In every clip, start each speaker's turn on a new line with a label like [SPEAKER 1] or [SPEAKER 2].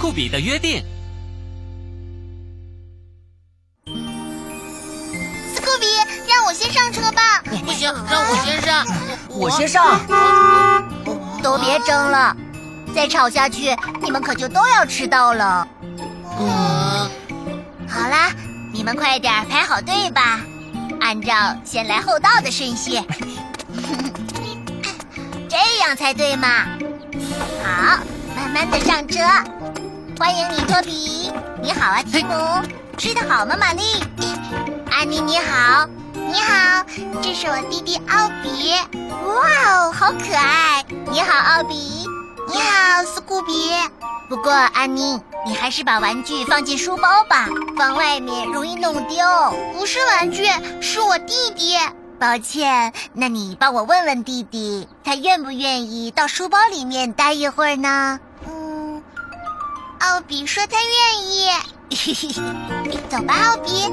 [SPEAKER 1] 不比的约定。
[SPEAKER 2] 斯库比，让我先上车吧。
[SPEAKER 3] 不行，让我先上。
[SPEAKER 4] 嗯
[SPEAKER 5] 我先上。
[SPEAKER 4] 都别争了，再吵下去，你们可就都要迟到了。
[SPEAKER 3] 嗯，
[SPEAKER 4] 好啦，你们快点排好队吧，按照先来后到的顺序， 这样才对嘛。好，慢慢的上车。欢迎你，托比。你好啊，提姆。吃得好吗，玛丽？安妮，你好。
[SPEAKER 2] 你好，这是我弟弟奥比。
[SPEAKER 4] 哇哦，好可爱！你好，奥比。
[SPEAKER 2] 你好，斯库比。
[SPEAKER 4] 不过，安妮，你还是把玩具放进书包吧，放外面容易弄丢。
[SPEAKER 2] 不是玩具，是我弟弟。
[SPEAKER 4] 抱歉，那你帮我问问弟弟，他愿不愿意到书包里面待一会儿呢？
[SPEAKER 2] 嗯，奥比说他愿意。 走吧，奥比。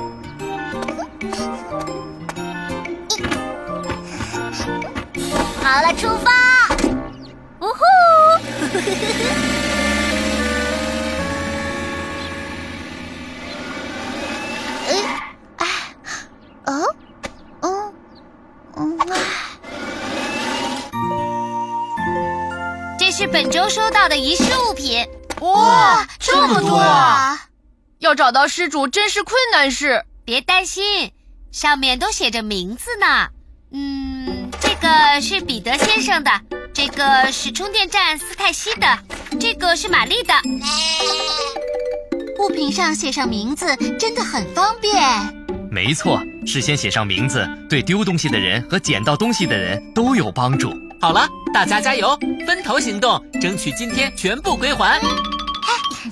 [SPEAKER 4] 好了，出发！呜呼！
[SPEAKER 2] 哎，哎，哦，嗯，嗯，
[SPEAKER 6] 这是本周收到的遗失物品，
[SPEAKER 3] 哇，这么多啊！
[SPEAKER 2] 啊，
[SPEAKER 6] 要找到失主真是困难事。别担心，上面都写着名字呢。嗯，这个是彼得先生的，这个是充电站斯泰西的，这个是玛丽的。
[SPEAKER 4] 物品上写上名字真的很方便。
[SPEAKER 1] 没错，事先写上名字，对丢东西的人和捡到东西的人都有帮助。
[SPEAKER 3] 好了，大家加油，分头行动，争取今天全部归还。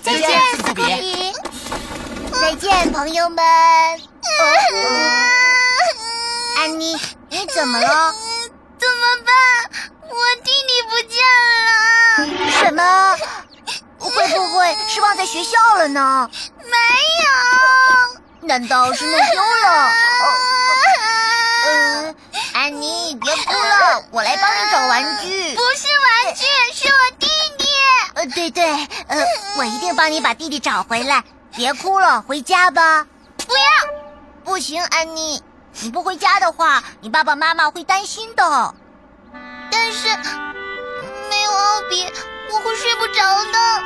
[SPEAKER 3] 再见，斯库比。
[SPEAKER 4] 再见，朋友们。 安妮，你怎么了？
[SPEAKER 2] 怎么办？我弟弟不见了。
[SPEAKER 4] 什么？会不会是忘在学校了呢？
[SPEAKER 2] 没有。
[SPEAKER 4] 难道是弄丢 了？
[SPEAKER 2] 啊
[SPEAKER 4] 嗯，安妮，别哭了，我来帮你找玩具
[SPEAKER 2] 不。是玩具，是我弟弟。
[SPEAKER 4] 呃，对对，呃，我一定帮你把弟弟找回来。别哭了，回家吧。
[SPEAKER 2] 不要，
[SPEAKER 4] 不行，安妮，你不回家的话，你爸爸妈妈会担心的。
[SPEAKER 2] 但是没有奥比，我会睡不着的。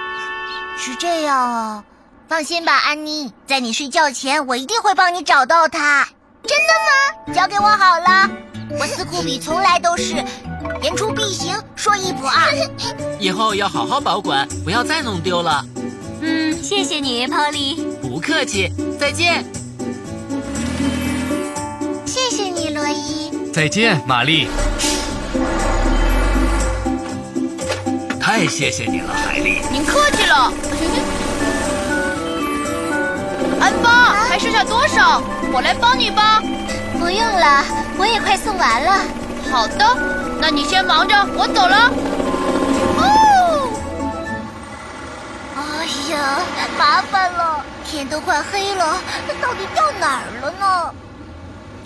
[SPEAKER 4] 是这样啊，放心吧，安妮，在你睡觉前，我一定会帮你找到它。真的吗？交给我好了，我斯库比从来都是言出必行，说一不二。
[SPEAKER 3] 以后要好好保管，不要再弄丢了。
[SPEAKER 6] 嗯，谢谢你，Polly。
[SPEAKER 3] 不客气，再见。
[SPEAKER 2] 谢谢你，罗伊。
[SPEAKER 1] 再见，玛丽。
[SPEAKER 3] 太谢谢你了，海丽。
[SPEAKER 6] 您客气了。 安邦，还剩下多少？我来帮你吧。
[SPEAKER 4] 不用了，我也快送完了。
[SPEAKER 6] 好的，那你先忙着，我走了。
[SPEAKER 4] 哎呀，麻烦了，天都快黑了，到底掉哪儿了呢？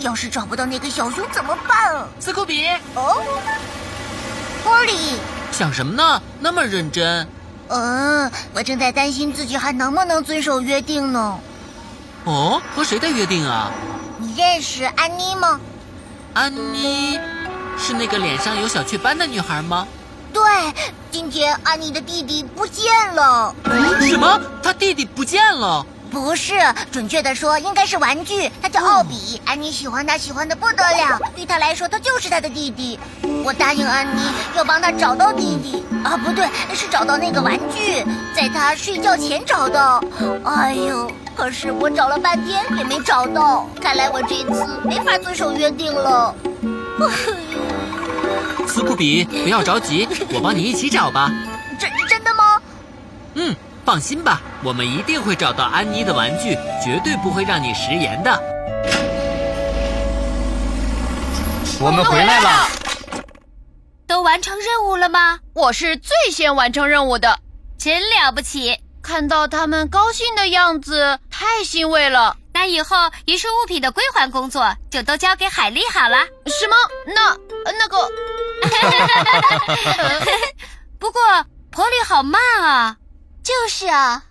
[SPEAKER 4] 要是找不到那个小熊怎么办？
[SPEAKER 3] 斯库比
[SPEAKER 4] 哦，波利，
[SPEAKER 3] 想什么呢？那么认真。
[SPEAKER 4] 嗯，我正在担心自己还能不能遵守约定呢。
[SPEAKER 3] 哦，和谁的约定啊？
[SPEAKER 4] 你认识安妮吗？
[SPEAKER 3] 安妮，是那个脸上有小雀斑的女孩吗？
[SPEAKER 4] 对，今天安妮的弟弟不见了。
[SPEAKER 1] 嗯
[SPEAKER 3] 什么？她弟弟不见了？
[SPEAKER 4] 不是，准确的说，应该是玩具。他叫奥比，安妮喜欢他，喜欢的不得了。对他来说，他就是他的弟弟。我答应安妮要帮他找到弟弟啊，不对，是找到那个玩具，在他睡觉前找到。哎呦，可是我找了半天也没找到，看来我这次没法遵守约定了。
[SPEAKER 3] 斯库比，不要着急，我帮你一起找吧。
[SPEAKER 4] 真真的吗？
[SPEAKER 3] 嗯，放心吧，我们一定会找到安妮的玩具，绝对不会让你食言的。
[SPEAKER 1] 我们回来了。
[SPEAKER 6] 都完成任务了吗？我是最先完成任务的，真了不起！看到他们高兴的样子，太欣慰了。那以后遗失物品的归还工作就都交给海莉好了。什么？那那 个？不过珀利好慢啊，
[SPEAKER 2] 就是啊，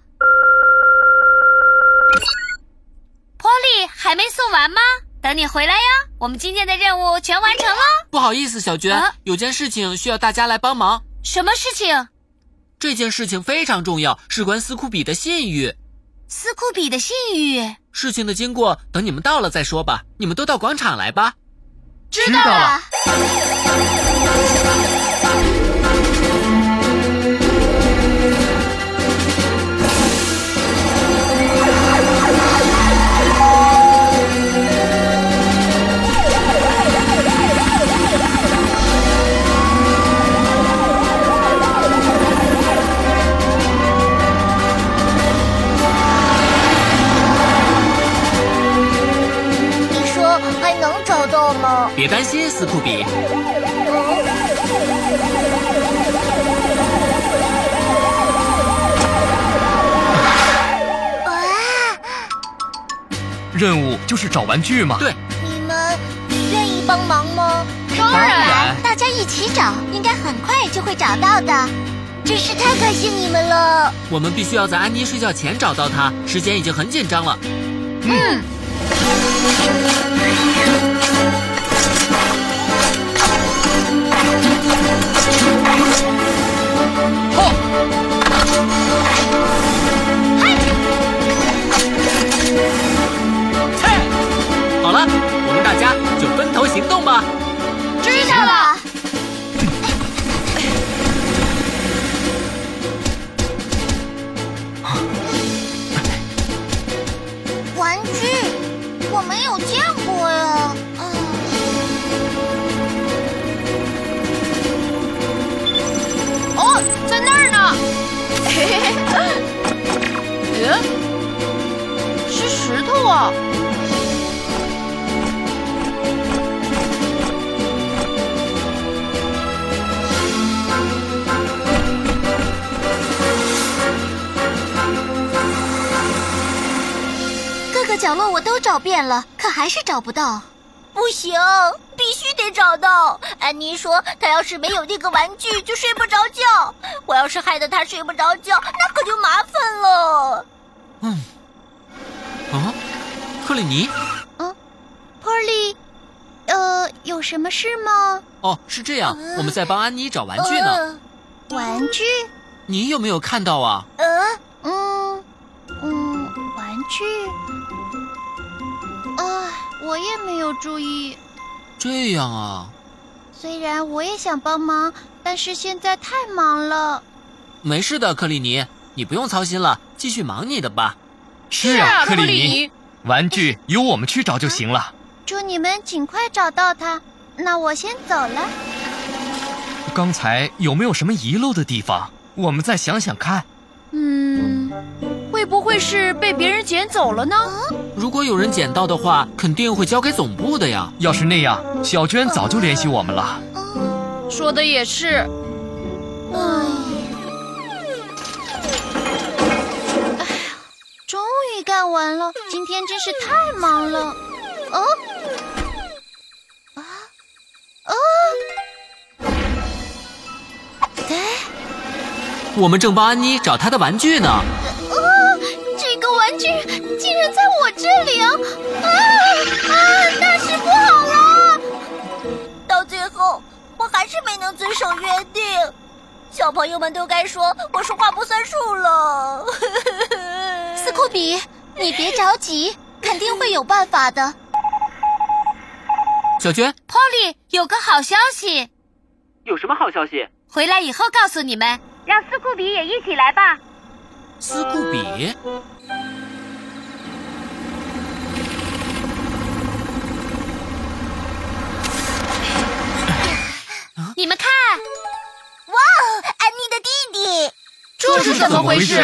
[SPEAKER 6] 波利还没送完吗？等你回来呀，我们今天的任务全完成了。
[SPEAKER 3] 不好意思，小娟，
[SPEAKER 6] 啊
[SPEAKER 3] 有件事情需要大家来帮忙。
[SPEAKER 6] 什么事情？
[SPEAKER 3] 这件事情非常重要，事关斯库比的信誉。
[SPEAKER 6] 斯库比的信誉。
[SPEAKER 3] 事情的经过等你们到了再说吧。你们都到广场来吧。
[SPEAKER 1] 知道了。
[SPEAKER 4] 你说还能找到吗？
[SPEAKER 3] 别担心，斯库比，
[SPEAKER 1] 任务就是找玩具嘛。
[SPEAKER 3] 对
[SPEAKER 4] 你们愿意帮忙吗？哎
[SPEAKER 6] 当然，
[SPEAKER 2] 大家一起找，应该很快就会找到的。
[SPEAKER 4] 真是太感谢你们了！
[SPEAKER 3] 我们必须要在安妮睡觉前找到她，时间已经很紧张了。嗯。嘿，好了，我们大家就分头行动吧。
[SPEAKER 6] 知道了。
[SPEAKER 4] 玩具，我没有见过呀。
[SPEAKER 6] 哦，在那儿呢。嗯，是石头啊。
[SPEAKER 2] 各个角落我都找遍了，可还是找不到。
[SPEAKER 4] 不行，必须得找到。安妮说，她要是没有那个玩具，就睡不着觉。我要是害得她睡不着觉，那可就麻烦了。
[SPEAKER 3] 嗯，啊，克里尼，
[SPEAKER 2] 波利，呃，有什么事吗？
[SPEAKER 3] 哦，是这样，我们在帮安妮找玩具呢。
[SPEAKER 2] 呃玩具？
[SPEAKER 3] 你有没有看到啊？
[SPEAKER 4] 呃？呃，
[SPEAKER 2] 嗯嗯，玩具？啊，我也没有注意。
[SPEAKER 3] 这样啊，
[SPEAKER 2] 虽然我也想帮忙，但是现在太忙了。
[SPEAKER 3] 没事的，克里尼，你不用操心了，继续忙你的吧。
[SPEAKER 1] 是啊，克里尼，，玩具由我们去找就行了。
[SPEAKER 2] 啊祝你们尽快找到它。那我先走了。
[SPEAKER 1] 刚才有没有什么遗漏的地方？我们再想想看。
[SPEAKER 6] 嗯，会不会是被别人捡走了呢？
[SPEAKER 3] 如果有人捡到的话，肯定会交给总部的呀。
[SPEAKER 1] 要是那样，小娟早就联系我们了。
[SPEAKER 6] 说的也是。
[SPEAKER 2] 终于干完了，今天真是太忙了。哦，啊，哦，哎，
[SPEAKER 3] 我们正帮安妮找她的玩具呢。
[SPEAKER 2] 哦，这个玩具竟然在我这里啊！啊啊，大事不好了！
[SPEAKER 4] 到最后我还是没能遵守约定。小朋友们都该说我说话不算 数了。
[SPEAKER 2] 斯库比，你别着急，肯定会有办法的。
[SPEAKER 3] 小娟，
[SPEAKER 6] 波利有个好消息，
[SPEAKER 3] 有什么好消息？
[SPEAKER 6] 回来以后告诉你们。让斯库比也一起来吧。
[SPEAKER 3] 斯库比，
[SPEAKER 6] 你们看，
[SPEAKER 4] 安妮的弟弟，
[SPEAKER 6] 这是怎么回事？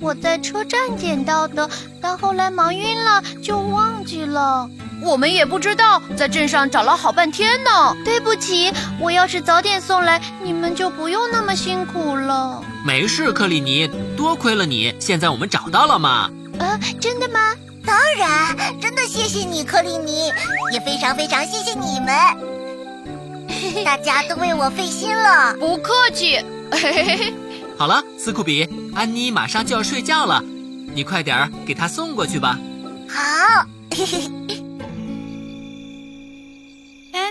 [SPEAKER 2] 我在车站捡到的，但后来忙晕了就忘记了。
[SPEAKER 6] 我们也不知道，在镇上找了好半天呢。
[SPEAKER 2] 对不起，我要是早点送来，你们就不用那么辛苦了。
[SPEAKER 3] 没事，克里尼，多亏了你，现在我们找到了嘛。
[SPEAKER 2] 呃，真的吗？
[SPEAKER 4] 当然，真的谢谢你，克里尼，也非常非常谢谢你们，大家都为我费心了。
[SPEAKER 5] 哎
[SPEAKER 6] 不客气。
[SPEAKER 3] 好了，斯库比，安妮马上就要睡觉了，你快点儿给她送过去吧。
[SPEAKER 4] 好，
[SPEAKER 5] 安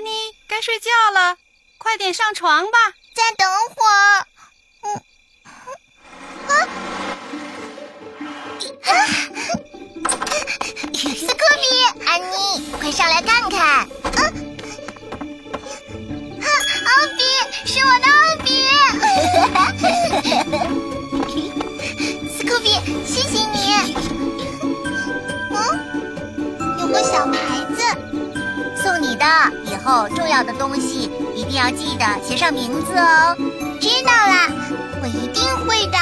[SPEAKER 5] 妮，该睡觉了，快点上床吧。
[SPEAKER 4] 再等会儿。嗯，啊，斯科比，安妮，快上来看看。嗯，啊，奥比，是我的奥比。斯科比，谢谢你。嗯，有个小牌子。送你的，以后重要的东西一定要记得写上名字哦。知道啦，我一定会的。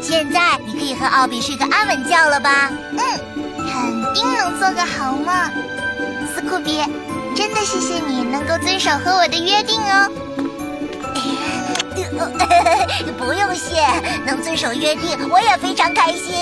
[SPEAKER 4] 现在你可以和奥比睡个安稳觉了吧？嗯，肯定能做个好梦。斯库比，真的谢谢你能够遵守和我的约定哦。 不用谢， 能遵守约定，我也非常开心。